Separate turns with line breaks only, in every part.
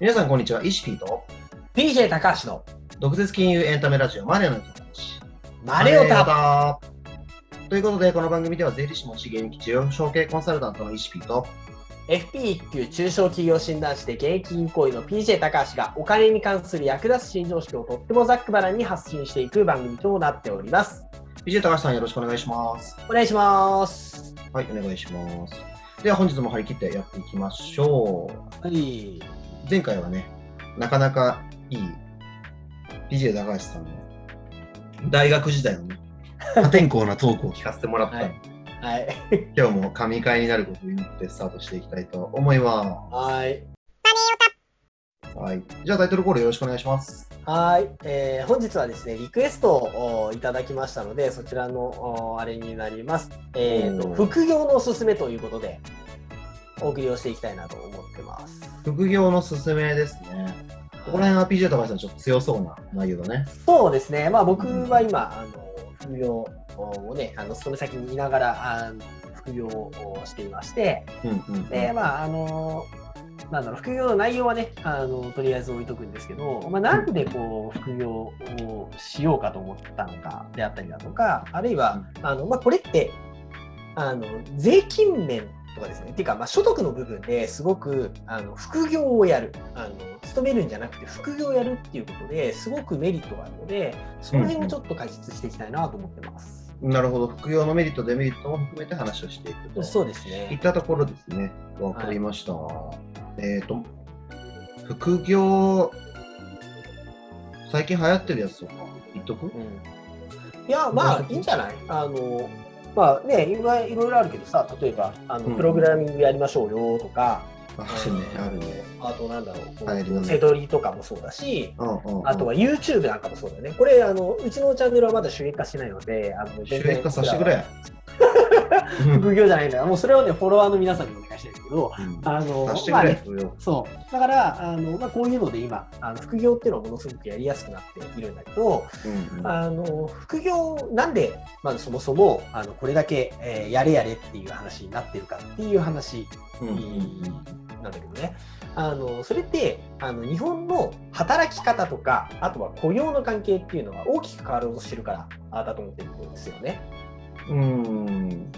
皆さん、こんにちは。イシピーと、
DJ 高橋の
毒舌金融エンタメラジオ、マネーの人たち。
マネオタ
タということで、この番組では、税理士も資源基地証券コンサルタントのイシピーと、
FP1 級中小企業診断士で現役銀行員の PJ 高橋がお金に関する役立つ新常識をとってもざっくばらんに発信していく番組となっております。
BJ 高橋さん、よろしくお願いします。
お願いします。
はい、お願いします。では、本日も張り切ってやっていきましょう。
はい。
前回はね、なかなかいい BJ 高橋さんの大学時代 のね、破天荒なトークを聞かせてもらった、
はいはい。
今日も神回になることを言ってスタートしていきたいと思いま
はい。
す。はい。じゃあタイトルコールよろしくお願いします。
はい、えー本日はですね、リクエストをおいただきましたので、そちらのおあれになります。えー
お
と、
ー
副業のおすすめということで、お送りをしていきたいなと思ってます。
副業のすすめですね。ここら辺は PJ 高橋さんちょっと強そうな内容だね。
そうですね、まあ、僕は今、あの副業をね、あの勤め先にいながらあの副業をしていまして、
うんうん、
でまああのなんだろう副業の内容はねあの、とりあえず置いとくんですけど、まあ、なんでこう副業をしようかと思ったのかであったりだとか、あるいは、あのまあ、これってあの税金面とかですね、っていうか、まあ、所得の部分ですごくあの副業をやるあの、勤めるんじゃなくて副業をやるっていうことですごくメリットがあるので、その辺をちょっと解説していきたいなと思ってます。
なるほど。副業のメリット、デメリットも含めて話をしていくと。
そうです
いっ
ね。
たところですね。わかりました。えっ、と、副業、最近流行ってるやつとか、言っとく
うんいや、まあ
う、ん
いいんじゃないあの、まあね、いろいろいろあるけどさ、例えば、あ
うん
のプログラミングやりましょうよとか、
あるね、あるね。
あとなんだろう
流
こ
行りの
う、
ね
セドリとかもそうだし、
うんうんうん
あとは YouTube なんかもそうだよね。これ、あのうちのチャンネルはまだ収益化してないので、あの
収益化させてく。れ。
全然僕らは副業じゃないんだよ。もうそれはね、フォロワーの皆さんにお願いしたいんですけど、
うん
あの、
させて
ま
く
あ
れ
ね、
副業。
そう。だから、あのまあ、こういうので今、あの副業っていうのはものすごくやりやすくなっているんだけど、
うんうん
あの副業なんで、まずそもそもあのこれだけ、えーやれやれっていう話になってるかっていう話
うんうんうん
なんだけどね。あのそれってあの日本の働き方とかあとは雇用の関係っていうのが大きく変わろうとしてるからあだと思ってるんですよね。
うん。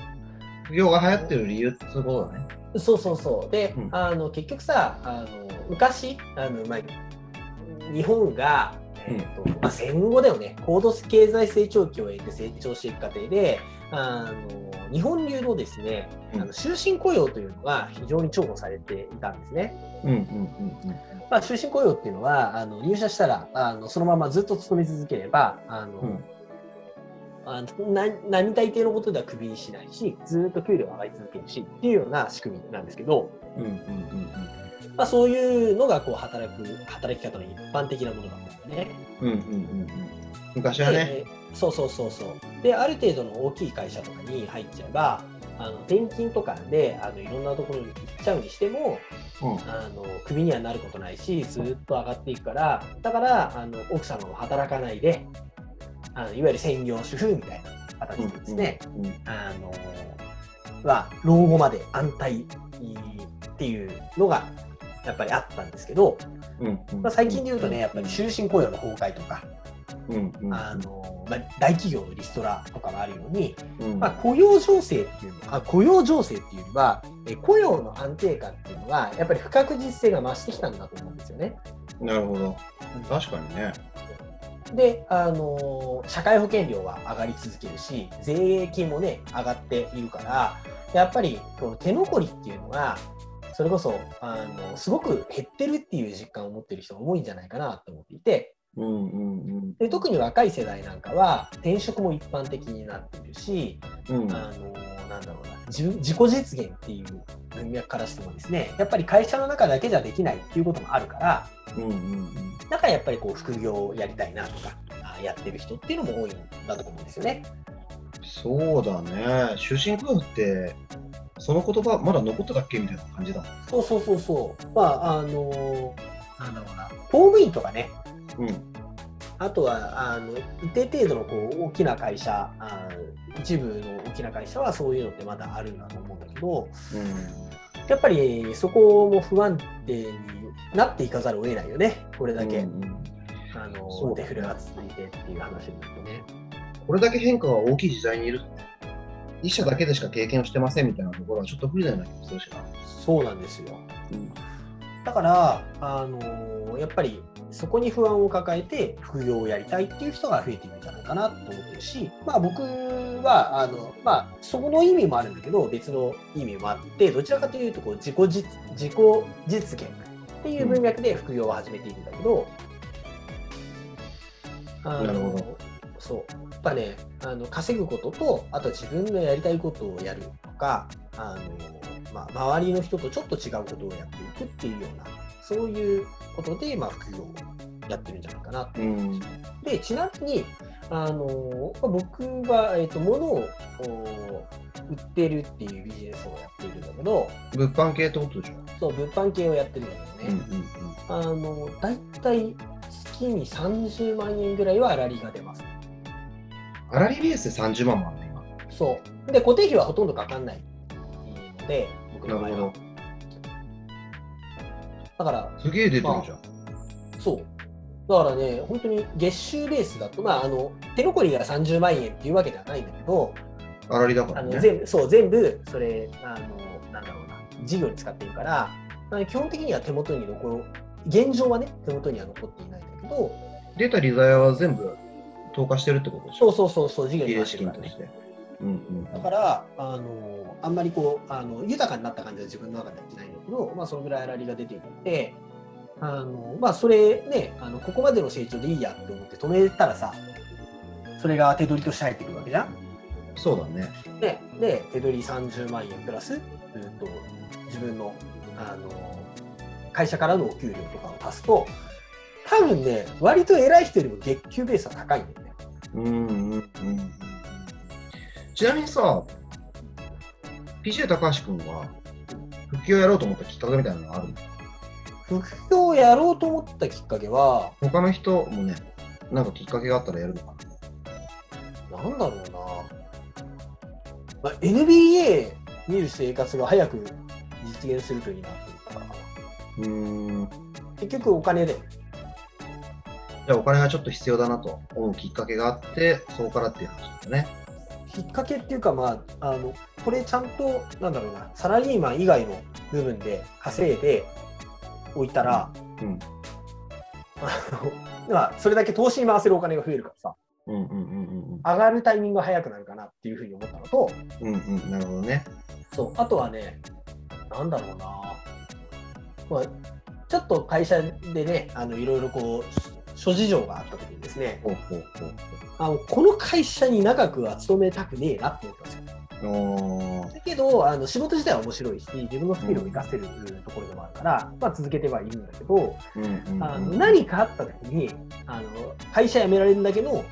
副業が流行ってる理由ってことだね。
そうそうそうで、
うん
あの結局さあの昔あの、まあ、日本が、えーとまあ、戦後だよね高度経済成長期を得て成長していく過程であの日本流のですねあ
うん
の終身雇用というのが非常に重宝されていたんですね。
うんうんうんうん。
まあ、終身雇用っていうのはあの入社したらあのそのままずっと勤め続ければあの、
うん
あのな何大抵のことではクビにしないしずっと給料が上がり続けるしっていうような仕組みなんですけど、
うんうんうんうん。
まあ、そういうのがこう働く働き方の一般的なものだったんだよね。
うんうんうんうん、昔はね、
でそうそうそうそう。である程度の大きい会社とかに入っちゃえばあの転勤とかであのいろんなところに行っちゃうにしても
うん
あのクビにはなることないしずっと上がっていくからだからあの奥様も働かないであのいわゆる専業主婦みたいな形でですね、
うんうん
あのは老後まで安泰っていうのがやっぱりあったんですけど、
うんうん
まあ、最近で言うとねやっぱり終身雇用の崩壊とか、
うんうん
あのまあ、大企業のリストラとかがあるように、
うん
まあ、雇用情勢っていうのあ雇用情勢っていうよりはえ雇用の安定感っていうのがやっぱり不確実性が増してきたんだと思うんですよね。
なるほど確かにね
で、あのー社会保険料は上がり続けるし税金もね上がっているからやっぱりこの手残りっていうのがそれこそあのすごく減ってるっていう実感を持ってる人が多いんじゃないかなと思っていて
うんうんうん
で特に若い世代なんかは転職も一般的になっているし
うん
あのなんだろうな自自己実現っていう文脈からしてもですねやっぱり会社の中だけじゃできないっていうこともあるから
うんうん
だからやっぱりこう副業をやりたいなとかあやってる人っていうのも多いんだと思うんですよね。
そうだね終身雇用ってその言葉まだ残ってたっけみたいな感じだ
そうそうそうそう。まああのなんだろうな公務員とかね
もんうん
あとはあの一定程度のこう大きな会社あ一部の大きな会社はそういうのってまだあるんだと思うんだけどやっぱりそこも不安定になっていかざるを得ないよね、これだけ、
うんうん
あの
そう
デフレが続いてっていう話になるとね。
これだけ変化が大きい時代にいるって一社だけでしか経験をしてませんみたいなところはちょっと不利なような気もするしな。
そうなんですよ
うん
だから、あのやっぱりそこに不安を抱えて副業をやりたいっていう人が増えているんじゃないかなと思ってるし、まあ、僕はあの、まあ、そこの意味もあるんだけど別の意味もあってどちらかというとこう自己実自己実現っていう文脈で副業を始めているんだけど、あの
なるほど
そうやっぱねあの稼ぐこととあと自分のやりたいことをやるとかあの、まあ、周りの人とちょっと違うことをやっていくっていうようなそういうことで、まあ、副業をやってるんじゃないかな
うん
でちなみにあの、まあ僕が、えー、と物をこう売ってるっていうビジネスをやっているんだけど
物販系ってことでしょ。
そう物販系をやってるんだけどね、
ん
あのだいたい月に30万円ぐらいは粗利が出ます
あらりベースで30万もあるね、
そうで固定費はほとんどかかんないので僕
今。
の場
なる
合
ほ
は
ど。
だから
すげえ出てるじゃん。
そうだからね本当に月収ベースだとまああの手残りが30万円っていうわけではないんだけど
あらりだか
あ
ら
の
ね。
全部そう全部それあのなんだろうな事業に使っているからまあ基本的には手元に残る現状はね手元には残っていないんだけど
出た利材は全部投下してるってことでし
そ
ょ。
うそうそうそう事業
比
に
例
回して
資
る
金
から
と
ね
して。うんうん
だからあのあんまりこうあの豊かになった感じは自分の中ではしないんだけど、まあ、そのぐらい粗利が出ているのであのまあそれねあのここまでの成長でいいやって思って止めたらさそれが手取りとして入ってくるわけじゃん。
そうだね。
でで手取り30万円プラス、えっと自分のあの会社からのお給料とかを足すと多分ね割と偉い人よりも月給ベースは高いんだよね。
うんうんうん。ちなみにさ、PJ 高橋君は復帰をやろうと思ったきっかけみたいなのがあるの
副業をやろうと思ったきっかけは
他の人もね、なんかきっかけがあったらやるのか
なんだろうな、まあ、NBA 見る生活が早く実現するといいなっていうか
な。うん。
結局お金で
じゃあお金がちょっと必要だなと思うきっかけがあって、そこからっていう話だね。
きっかけっていうかまああのこれちゃんとなんだろうなサラリーマン以外の部分で稼いでおいたら、
うん。
あの まあ、それだけ投資に回せるお金が増えるからさ
うんうんうんうんうん
上がるタイミングが早くなるかなっていうふうに思ったのと。
うんうん。なるほどね。
そうあとはねなんだろうな、まあ、ちょっと会社でねあのいろいろこう諸事情があった時にですね
ほうほうほ
あのこの会社に長くは勤めたくねえなって思ったんですよ
うほう。あー
だけどあの仕事自体は面白いし自分のスキルを生かせるところでもあるから、まあ、続けてはいるんだけど
うんうんうん
あの何かあった時にあの会社辞められるんだけど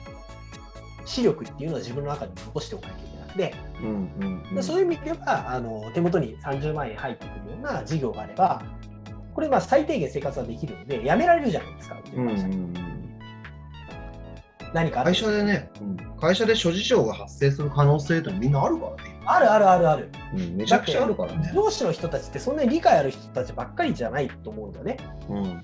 視力っていうのは自分の中に残しておかなきゃいけなくて
うんうんうん
でそういう意味ではあの手元に30万円入ってくるような事業があればこれまあ最低限生活はできるのでやめられるじゃないですか、
うんうんうん
何かあった
会社でね、うん会社で諸事情が発生する可能性ってみんなあるからね。
あるあるあるある
うん、めちゃくちゃあるからね。
上司の人たちってそんなに理解ある人たちばっかりじゃないと思うんだよね
うんま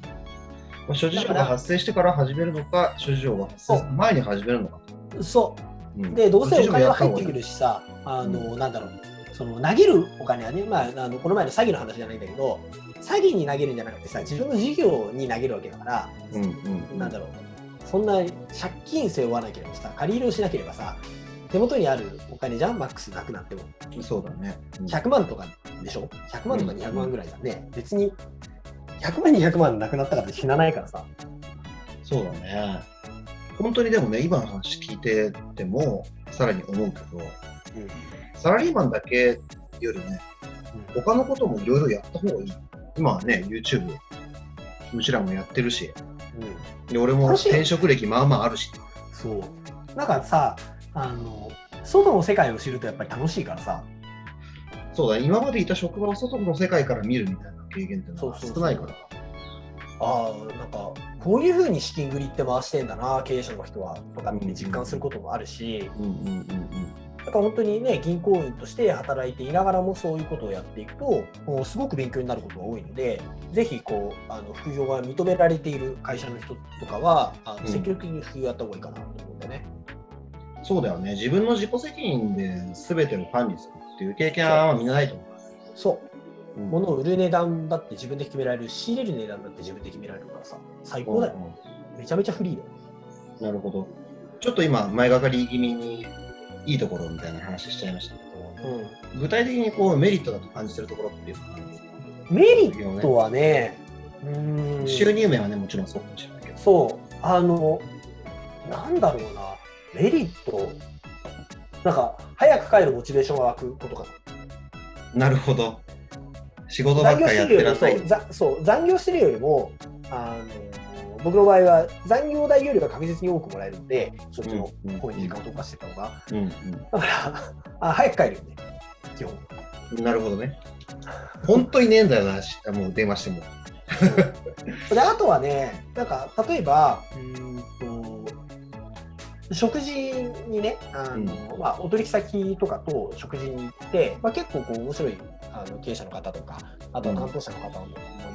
あ諸事情が発生してから始めるのか、諸事情が発生する前に始めるのか。
そう
うん
でどうせお金は
諸
入
事
って
情
く
や
るしさ、あの、なんだろう、その投げるお金はね、まあ、あのこの前の詐欺の話じゃないんだけど、詐欺に投げるんじゃなくてさ、自分の事業に投げるわけだから、
った方がいい。うんうんうん
なんだろう、そんな借金背負わなければさ、借り入れをしなければさ、手元にあるお金じゃん、マックスなくなっても。
そうだね。うん
100万とかでしょ ?100 万とか200万ぐらいだね。別に、100万、200万なくなったから死なないからさ。
そうだね。本当にでもね、今の話聞いてても、さらに思うけど、
うんうん
サラリーマンだけよりね、他のこともいろいろやった方がいい。今はね、YouTube、うちらもやってるし、
うん
で俺も
楽しい
転職歴まあまああるし、
そうなんかさあの外の世界を知るとやっぱり楽しいからさ
そうだ、今までいた職場を外の世界から見るみたいな経験ってのは
そうそうそう
少ないから。
あーなんかこういうふうに資金繰りって回してんだな経営者の人はとかって実感することもあるし、
うんうんうんうん
なんか本当にね、銀行員として働いていながらもそういうことをやっていくと、こうすごく勉強になることが多いので、ぜひこうあの副業が認められている会社の人とかは、あ
うん
の積極的に副業やった方がいいかなと思うんでね。
そうだよね。自分の自己責任で全てを管理するっていう経験はみんなないと思
そう、
う。うん
物を売る値段だって自分で決められる、仕入れる値段だって自分で決められるからさ、最高だよ。めちゃめちゃフリーだよ。
うんなるほど。ちょっと今、前がかり気味にいいところみたいな話しちゃいましたけど、
うん
具体的にこうメリットだと感じてるところっていうのは何ですか
メリットはね、うーん
収入面はね、もちろんそうかもしれないけど。
そう、あの、なんだろうな、メリット、なんか、早く帰るモチベーションが湧くことかな。
なるほど。仕事ば
残
っ
業
か
し
り
て
やっ
る
てら
よ
んない
りそうざそう残業してるよりもあの、僕の場合は残業代よりは確実に多くもらえるので、そっちの
うんうん
方に時間を投下してたのが、
うん
だからあ、早く帰るよね、基本。
うん、なるほどね。本当にねえんだよな、しもう電話しても。
であとはねなんか例えばうーんと食事にねあの、まあ、お取引先とかと食事に行って、まあ、結構こう面白いあの経営者の方とかあとは担当者の方も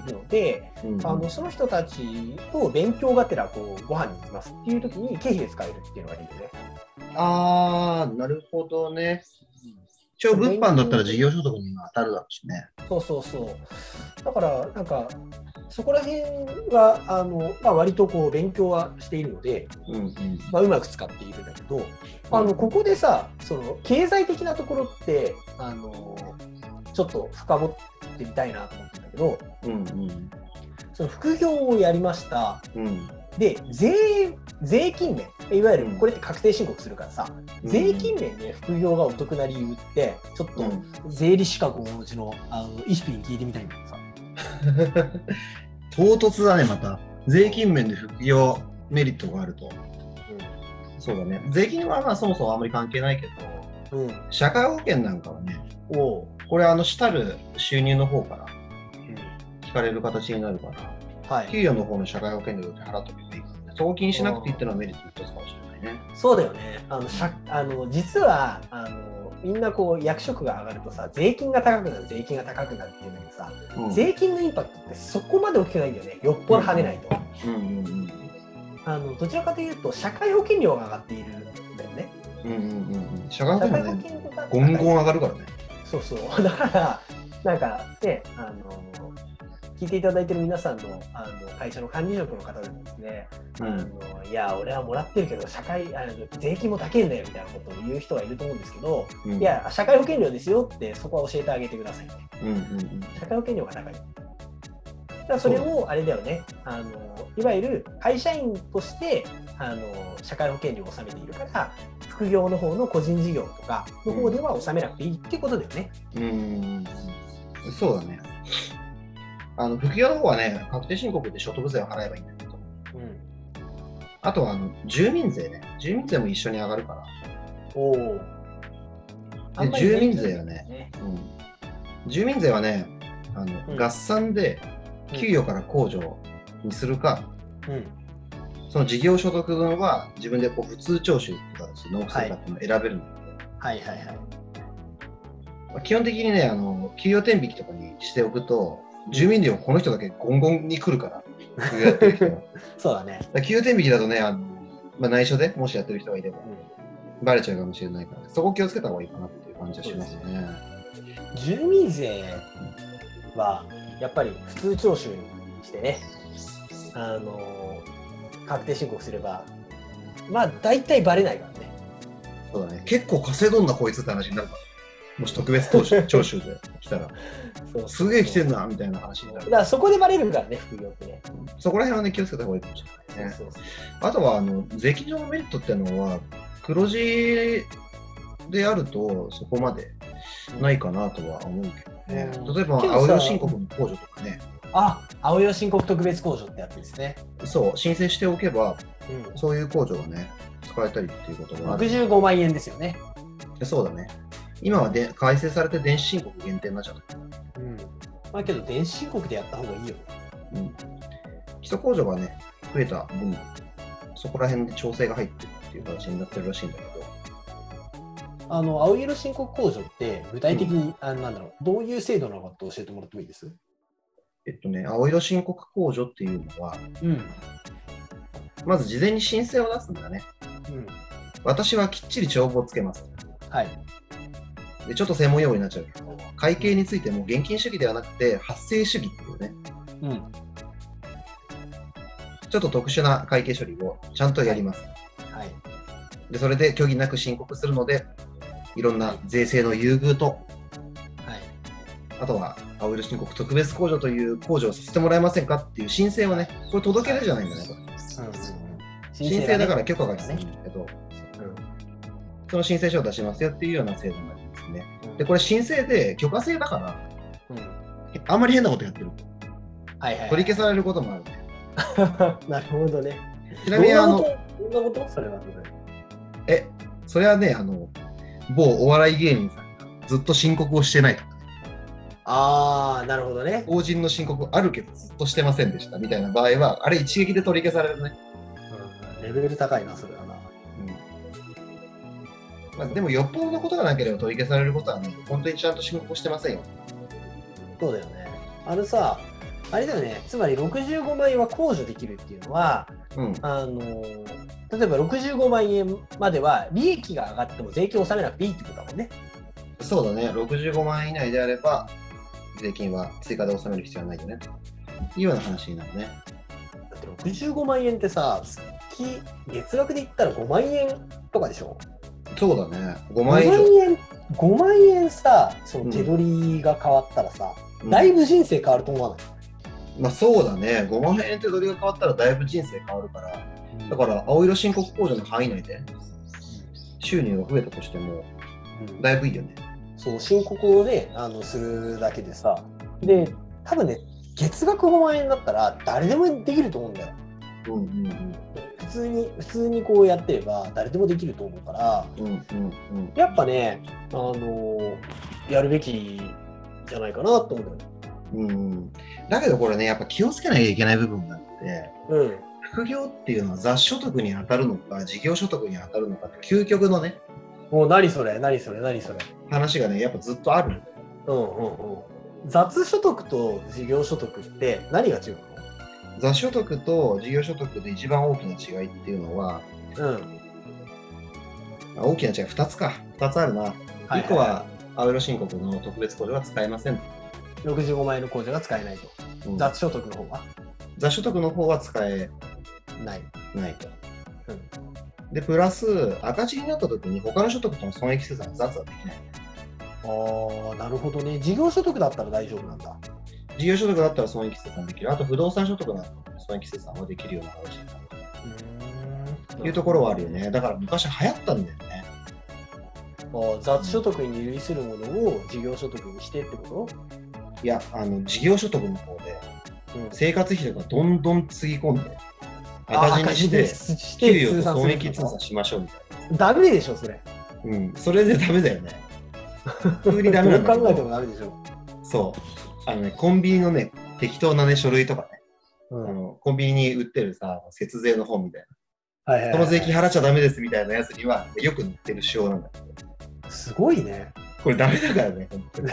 いるので、
うん
あのその人たちと勉強がてらこうご飯に行きますっていう時に経費で使えるっていうのがいいよね。
あー、なるほどね。一応、物販だったら事業所得にも当たるだろうしね。
そうそうそう。だから、なんか、そこら辺は、あの、まあ、割とこう、勉強はしているので、
うんうん、
まあ、うまく使っているんだけど、あのここでさその経済的なところってあのちょっと深掘ってみたいなと思ってんだけど
うんうん
その副業をやりました
うん
で税税金面いわゆ
う
る
ん
これって確定申告するからさ、税金面で副業がお得な理由ってちょっ
う
と
ん
税理士格をお持ちのあのイシピに聞いてみたいんだけどさ
唐突だね、また。税金面で副業メリットがあると。そうだね。税金はまあそもそもあんまり関係ないけど、
うん、
社会保険なんかはね、
おう、
これ、あの、主たる収入の方から
うん、
引かれる形になるから、
はい
給与の方の社会保険料で払っとけばいいからね、そこを気にしなくていいっていうのはメリットの一つかもしれないね。
そうだよね。あの、しゃ、あの、実は、あの、みんなこう役職が上がるとさ、税金が高くなる、税金が高くなるっていうんだけどさ、
うん
税金のインパクトってそこまで大きくないんだよね。よっぽど跳ねないと。
うんうんうん
あの、どちらかというと、社会保険料が上がっているんだよね。
うんうんうんうん社会保
社
険
会
料
保
ね、
険料が
ゴンゴン上がるからね。
そうそう。 だから、なんか、ね、あの、聞いていただいてる皆さんのあの会社の管理職の方でもですね、
う
あ
ん
のいや、俺はもらってるけど、社会あの、税金も高いんだよみたいなことを言う人がいると思うんですけど、
うん
いや、社会保険料ですよって、そこは教えてあげてくださいね。
うんうんうん
社会保険料が高い。だからそれを、あれだよねあの、いわゆる会社員としてあの社会保険料を納めているから、副業の方の個人事業とかの方では納めなくていいってことだよね。
うんうんうんそうだね。あの副業の方はね、確定申告で所得税を払えばいいんだけど、
うん、
あとはあの住民税ね、住民税も一緒に上がるか
おお。
ら、で住民税はね、
ね、
うん住民税はね、あの
うん
合算で給与から控除にするか、
うん、
その事業所得分は自分でこう普通徴収とかですね納付するかっていうのを選べるの、
はいはいはい。
まあ基本的にねあの給与天引きとかにしておくと住民料この人だけゴンゴンに来る から給与やってる人はだか
そうだね。
ら給与天引きだとねあの、まあ、内緒でもしやってる人がいればバレちゃうかもしれないからそこ気をつけた方がいいかなっていう感じはしますね
住民税はやっぱり普通徴収にしてね、あの確定申告すれば、まあ大体バレないからね。
そうだね結構稼いどんだこいつって話になるからもし特別徴収徴収で来たら
そう
すげえ来てん
だ。
なみたいな話にな
だか
る
らそこでバレるからね、副業ってね。
そこら辺はね気をつけた方がいいかもしれないね
そうそう
あとはあの税金上のメリットっていうのは黒字であるとそこまでないかなとは思うけどね、
うん
例えば
けどさ
青色申告の控除とかね
あ、青色申告特別控除ってやつですね。
そう申請しておけば
うん。
そういう控除がね使えたりっていうことがある
65万円ですよね。
そうだね今はで改正されて電子申告限定になっちゃった、
うん。まあけど、電子申告でやった方がいいよね。
うん、基礎控除がね増えた分そこら辺で調整が入ってるっていう形になってるらしいんだけど
あの青色申告控除って具体的に、あのなんだろうどういう制度なのかって教えてもらってもいいです
えっとね、青色申告控除っていうのは、
うん、
まず事前に申請を出すんだね。
うん、
私はきっちり帳簿をつけます。
はい
でちょっと専門用語になっちゃうけど、会計についても現金主義ではなくて、発生主義っていうね、
うん
ちょっと特殊な会計処理をちゃんとやります。
はい
でそれで虚偽なく申告するので、いろんな税制の優遇と、
はい
あとは青色申告特別控除という控除をさせてもらえませんかっていう申請をね、これ届け出じゃないんだね、これ
うんうんうん申
申請だから許可が
で
必
す
要な。
ね
んだけど、その申請書を出しますよっていうような制度になりますね。
うん
で、これ申請で許可制だから、
うんはい
あんまり変なことやってる。
はいはい。
取り消されることもある。
なるほどね。
ちなみに、あ
どんな
の、
ことどんなことそれは。
え、それはね、あの、某お笑い芸人さんがずっと申告をしてないとか、
ああ、なるほどね。
法人の申告あるけどずっとしてませんでしたみたいな場合は、あれ一撃で取り消されるね。
うんレベル高いな、それはな。
うんまあ、でも、よっぽどのことがなければ取り消されることはね、本当にちゃんと申告してませんよ。
そうだよね。あのさ、あれだよね。つまり65万円は控除できるっていうのは、
うん。
あのー例えば65万円までは利益が上がっても税金を納めなくていいってことだもんね。
そうだね、65万円以内であれば、税金は追加で納める必要はないよね。いうような話になるね。
だって65万円ってさ、月、月額で言ったら5万円とかでしょ
そうだね、5
?5 万
万円以上。
円、5万円さ、その手
うん
取りが変わったらさ、
うん
だいぶ人生変わると思わ
まあそうだね、5万円ってどれが変わったらだいぶ人生変わるから、
ない
だから青色申告控除の範囲内で収入が増えたとしても、
うん
だいぶいいよね。
そう申告をねあのするだけでさで多分ね月額5万円だったら誰でもできると思うんだよ
うんうん
普通に普通にこうやってれば誰でもできると思うから
うんうんうんうん。
やっぱねあのやるべきじゃないかなと思うんだよね
うんうん、だけどこれね、やっぱ気をつけなきゃいけない部分があって、
うん
副業っていうのは雑所得に当たるのか、事業所得に当たるのかって、究極のね、
もう何それ何それ何それ
話がね、やっぱずっとある。
うんうんうん雑所得と事業所得って何が違う
雑所得と事業所得で一番大きな違いっていうのは、
のうん
あ大きな違い2つか、2つあるな。
い
1個は青色申告の特別控除は使えません。
65万円の控除が使えないと
うん
雑所得の方は
雑所得の方は使え
ない
ないと。
うん
で、プラス赤字になった時に他の所得との損益生産は雑はできない。
ああ、なるほどね。事業所得だったら大丈夫なんだ。
事業所得だったら損益生産できる。あと不動産所得だったら損益生産はできるような話になるというところはあるよね。だから昔流行ったんだよね。
あー雑所得に類するものを事業所得にしてってこ
いや、あの事業所得の方で
と、うん、
生活費とかどんどんつぎ込んで
あ
赤字にして
赤字にし
給
て
与
通
と
算
損
する
益通算しましょうみたい
ダメでしょ、それ。
な。うん、それでダメだ よね。普通にダメ
ど
な
う
だけ
ん考えても
ど、
ダメでしょ。
そう。あのね、コンビニのね、適当なね、書類とかね、
うん
あのコンビニに売ってるさ、節税の本みたい
はいは
な、
いはい
この税金払っちゃダメですみたいなやつには、よく載ってる手法なんだけど、
すごいね。
これダメだからね、本当に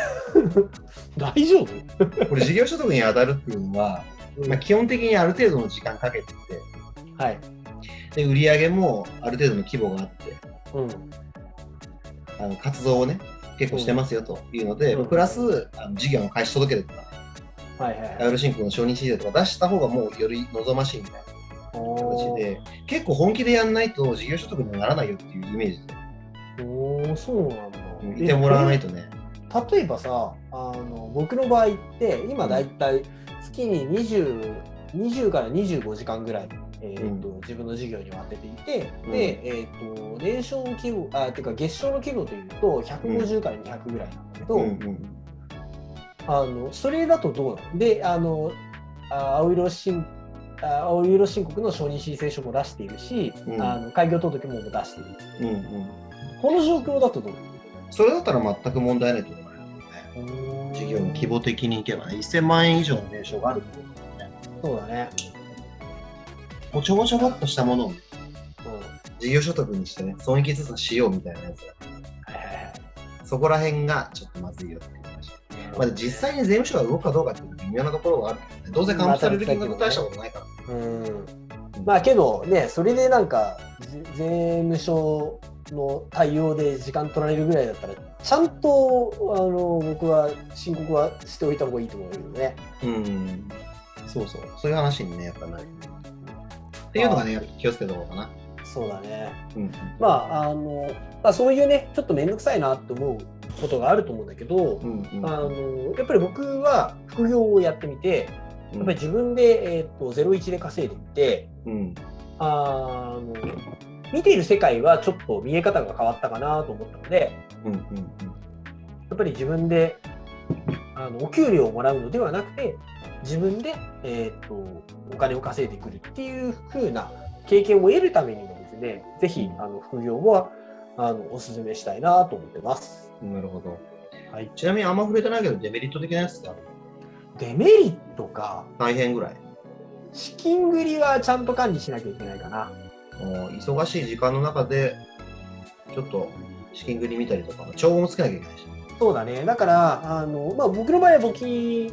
大丈夫、
これ事業所得に当たるっていうのは、まあ、基本的にある程度の時間かけてて、
はい。
で売り上げもある程度の規模があって、
うん。
あの活動をね、結構してますよというので、
うん
プラスあの事業の開始届けとか、
はいはい
ダ
は
ブ
い。
ルシンクの承認申請とか出した方がもうより望ましいみたいな形
おー
で、結構本気でやんないと事業所得にはならないよっていうイメージで
おー、そうなんだ。
うん、いてもらわないとね。
例えばさあの僕の場合って今だいたい月に 20, 20から25時間ぐらい、えーと自分の事業には当てていて、
うん
で、えー、と年商の規模あていうか月商の規模というと150から200ぐらいなんだけど、
うんうん
あのそれだとどうなのであのあ青色申あ青色申告の承認申請書も出しているし、
うん
あの開業届も出している
うんうん
この状況だとどう
それだったら全く問題ないと思うよね。事業の規模的にいけば、ね、1000万円以上の年商があると思うからね。
そうだね、
もうちょぼちょぼっとしたものをね
うん
事業所得にしてね、損益通算しようみたいなやつが
はいはい
そこら辺がちょっとまずいよって言ってました。まあ、実際に税務署が動くかどうかっていう微妙なところはあるけどね。どうせ還付される金額大したことないから。
うんまあけどね、それでなんか、ぜ税務署の対応で時間取られるぐらいだったら、ちゃんとあの僕は申告はしておいた方がいいと思うけどね。
うん。そうそう。そういう話にね、やっぱなるよね。っていうのがね、やっぱ気をつけた方がいいかな。
そうだね。
うん。
まあ、あの、まあ、そういうね、ちょっと面倒くさいなと思うことがあると思うんだけど、
うんうん
あのやっぱり僕は副業をやってみて、やっぱり自分で、えー、と01で稼いでみて、
うん。
あの見ている世界はちょっと見え方が変わったかなと思ったので、
うんうん
やっぱり自分であのお給料をもらうのではなくて自分で、えー、とお金を稼いでくるっていう風な経験を得るためにもですねぜひあの副業はあのおすすめしたいなと思ってます。
うん。なるほど。
はい、
ちなみにあんま触れてないけど、デメリット的なやつってある
デメリットが
大変ぐらい。
資金繰りはちゃんと管理しなきゃいけないかな。
もう忙しい時間の中で、ちょっと資金繰り見たりとか、帳簿もつけなきゃいけないし。
そうだねだからあの、まあ、僕の場合は簿記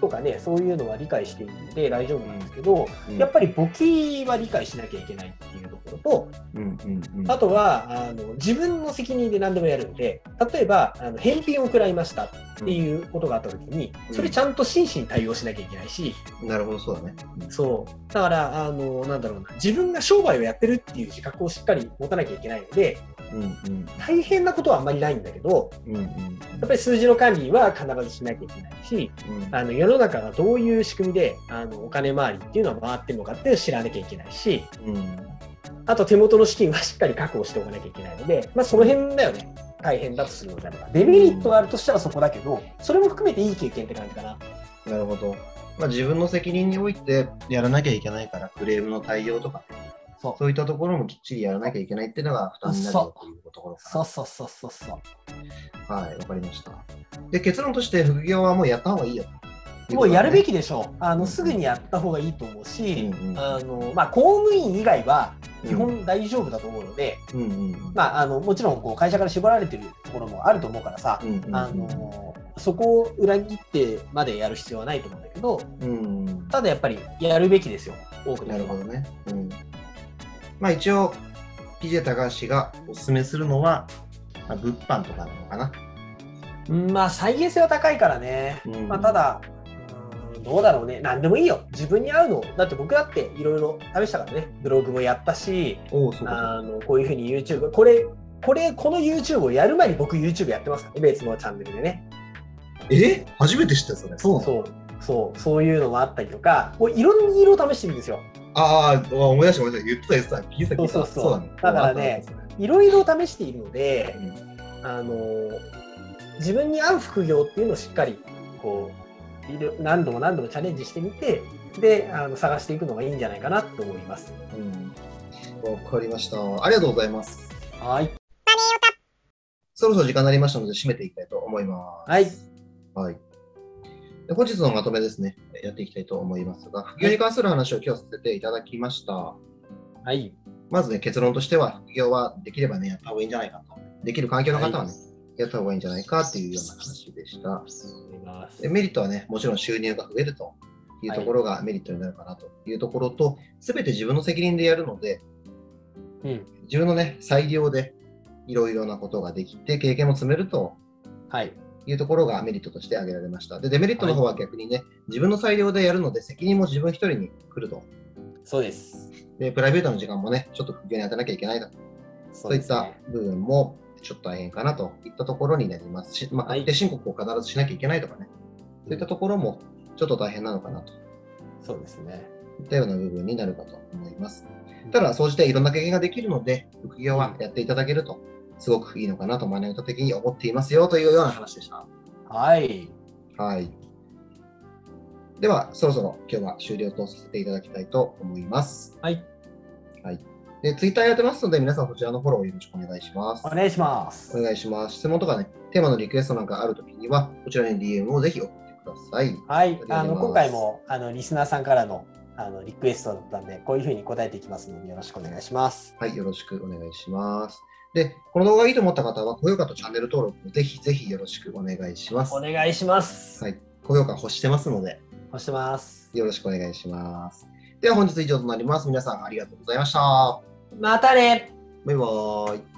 とかねそういうのは理解していて大丈夫なんですけど、
うん
やっぱり簿記は理解しなきゃいけないっていうところと、
うんうんうん
あとはあの自分の責任で何でもやるんで、例えばあの返品を食らいましたっていうことがあったときに、
うん
それちゃんと真摯に対応しなきゃいけないし、
なるほど、そうだね。
そうだからあの、なんだろうな、自分が商売をやってるっていう自覚をしっかり持たなきゃいけないので、
うんうん
大変なことはあんまりないんだけど、
うんうん
やっぱり数字の管理は必ずしなきゃいけないし、
うん
あの世の中がどういう仕組みであのお金回りっていうのは回ってるのかっていうのを知らなきゃいけないし、
うん
あと手元の資金はしっかり確保しておかなきゃいけないので、まあ、その辺だよね、大変だとするのであれば。デメリットがあるとしたらそこだけど、それも含めていい経験って感じかな。
なるほど。まあ、自分の責任においてやらなきゃいけないから、クレームの対応とか、
そう
そういったところもきっちりやらなきゃいけないっていうのが負担になるよというところか
そうそうそうそうそう。
な。はい、わかりました。で、結論として副業はもうやった方がいいよ。
もうやるべ
き。
きでしょう。あ
うん
のすぐにやった方がいいと思うし、
うんうん
あのまあ、公務員以外は基
うん
本大丈夫だと思うので、
うんうんうん。
まあ、あのもちろんこう会社から絞られてるところもあると思うからさ
う、んうんうん
あのそこを裏切ってまでやる必要はないと思うんだけど、
うんうん
ただやっぱりやるべきですよ、多くの人は
なるほどね。うん。まあ一応、PJ 高橋がおすすめするのは、まあ、物販とかなのかな。
うんまあ再現性は高いからね、
うん
まあ、ただうーんどうだろうね何でもいいよ自分に合うのだって僕だっていろいろ試したからねブログもやったし
おお、そうか。
あのこういうふうに YouTube これこれこの YouTube をやる前に僕 YouTube やってますからね別のチャンネルでね
え初めて知ったよそれ。そうなの
そうそうそういうのもあったりとかもういろんな色を試してるんですよ
ああ、思い出した思い出した。言ってた言ってた。聞いてた聞いてた。
そうそうそう
だね。
だからねいろいろ試しているのであの自分に合う副業っていうのをしっかりこういろ何度も何度もチャレンジしてみてであの探していくのがいいんじゃないかなと思います。
うん。わかりました。ありがとうございます。
はい、
そろそろ時間になりましたので、締めていきたいと思います。
はい、
はい。で本日のまとめですね、やっていきたいと思いますが、副業に関する話を今日させていただきました。
はい、
まずね、結論としては、副業はできればね、やった方がいいんじゃないかと。できる環境の方はね、やった方がいいんじゃないかっていうような話でした。
思います
で。メリットはね、もちろん収入が増えるというところがメリットになるかなというところと、すべて自分の責任でやるので、
うん、
自分のね、裁量でいろいろなことができて、経験も積めると
はい、
いうところがメリットとして挙げられました。で、デメリットの方は逆にね、自分の裁量でやるので、責任も自分一人に来ると。
そうです。
で、プライベートの時間もね、ちょっと副業に当てなきゃいけないと。
そ
そういっ
ですね
た部分もちょっと大変かなといったところになりますし、まあ、
はい
確定申告を必ずしなきゃいけないとかね、そういったところもちょっと大変なのかなと
そうですね。
いったような部分になるかと思います。ただ、そうしていろんな経験ができるので、副業はやっていただけると、すごくいいのかなとマネート的に思っていますよというような話でした。
はい、
はい。では、そろそろ今日は終了とさせていただきたいと思います。
はい、
で、ツイッターやってますので、皆さんそちらのフォローよろしくお願いします
お。願いします。
お願いします。質問とかね、テーマのリクエストなんかあるときには、こちらに DM をぜひ送ってください。
はい
お、願い
あ
しま
の
す
今回もあのリスナーさんからのあのリクエストだったんで、こういうふうに答えていきますのでよろしくお願いします。
はい、よろしくお願いします。で、この動画がいいと思った方は、高評価とチャンネル登録をぜひぜひよろしくお願いします。
お
は
願いします。
い、高評価欲してますので、
押してます。
よろしくお願いします。では本日以上となります。皆さんありがとうございました。
またね
バイバーイ。